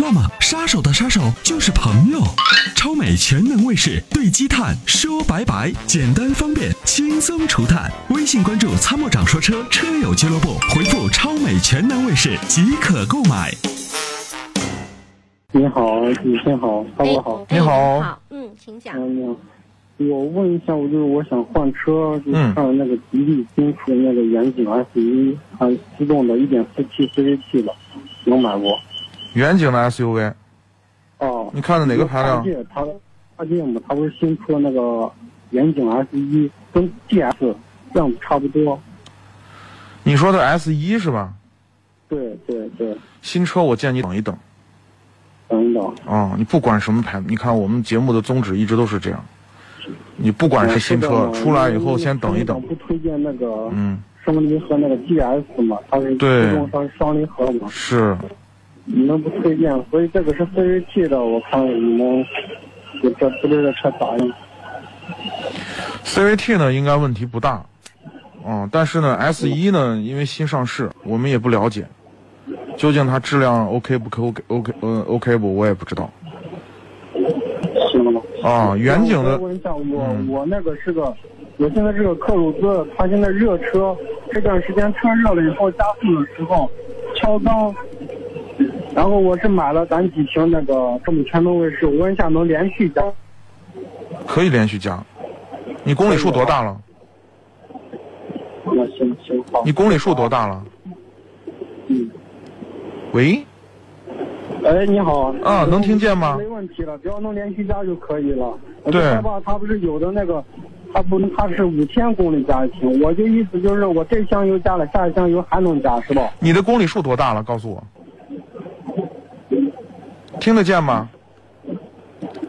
那么，杀手的杀手就是朋友。超美全能卫士对积碳说拜拜，简单方便，轻松除碳。微信关注“参谋长说车”车友俱乐部，回复“超美全能卫士”即可购买。你好，主持人好，大家好。哎你好好，嗯，请讲。嗯，你好。我问一下，我就是我想换车，就是嗯看了那个吉利金属那个远景 S 一，它自动的 1.4T CVT 的，有买过。远景的 SUV，哦，你看的哪个排量跨？界它跨界嘛，它不是新出了那个远景 S 一，跟 GS 样子差不多。你说的 S 一是吧？对对对，新车我建议你等一等等等。啊、你不管什么牌，你看我们节目的宗旨一直都是这样，你不管是新车嗯出来以后，先等一等我。不推荐那个嗯，双离合那个 GS 嘛，它是对自动它是双离合嘛。是，你们不推荐，所以这个是 CVT 的，我看你们这这不知道车咋样。 CVT 呢应该问题不大，嗯，但是呢 S 一呢，因为新上市，我们也不了解，究竟它质量 OK 不 OK OK 呃 OK 不，我也不知道行了吗？啊。远景我再的嗯问一下，我、我那个是个，我现在是个克鲁兹，它现在热车，这段时间车热了以后加速的时候敲缸，然后我是买了咱几瓶那个这么全能卫士，我问一下能连续加可以连续加，你公里数多大了？那行行好你，公里数多大了？嗯，喂，哎你好啊能听见吗没问题了，只要能连续加就可以了。我对就害怕它不是有的那个，它不它是五千公里加一瓶，我就意思就是我这箱油加了，下一箱油还能加是吧？你的公里数多大了？告诉我，听得见吗？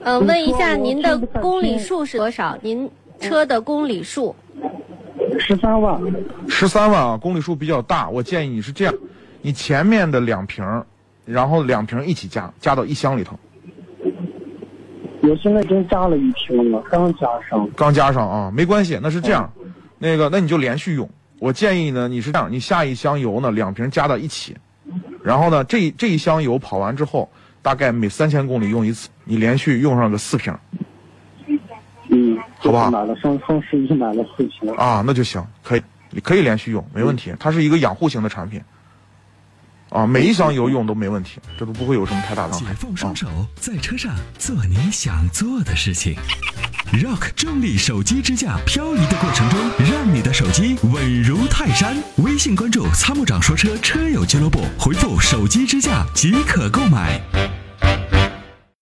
呃，你问一下说我您的听不太公里清数是多少？您车的公里数？十三万。十三万啊，公里数比较大，我建议你是这样，你前面的两瓶儿，然后两瓶儿一起加，加到一箱里头，我现在已经加了一瓶了，刚加上。刚加上啊，没关系，那是这样，那个那你就连续用。我建议呢，你是这样，你下一箱油呢，两瓶加到一起，然后呢，这一这一箱油跑完之后，大概每三千公里用一次，你连续用上个四瓶儿嗯，好不好就是买了双双十一买了四瓶。啊，那就行，可以，你可以连续用，没问题。它是一个养护型的产品，啊，每一箱油用都没问题，这都不会有什么太大的解伤害。放双手，在车上做你想做的事情。Rock 重力手机支架，漂移的过程中，让你的手机稳如泰山。微信关注“参谋长说车”车友俱乐部，回复“手机支架”即可购买。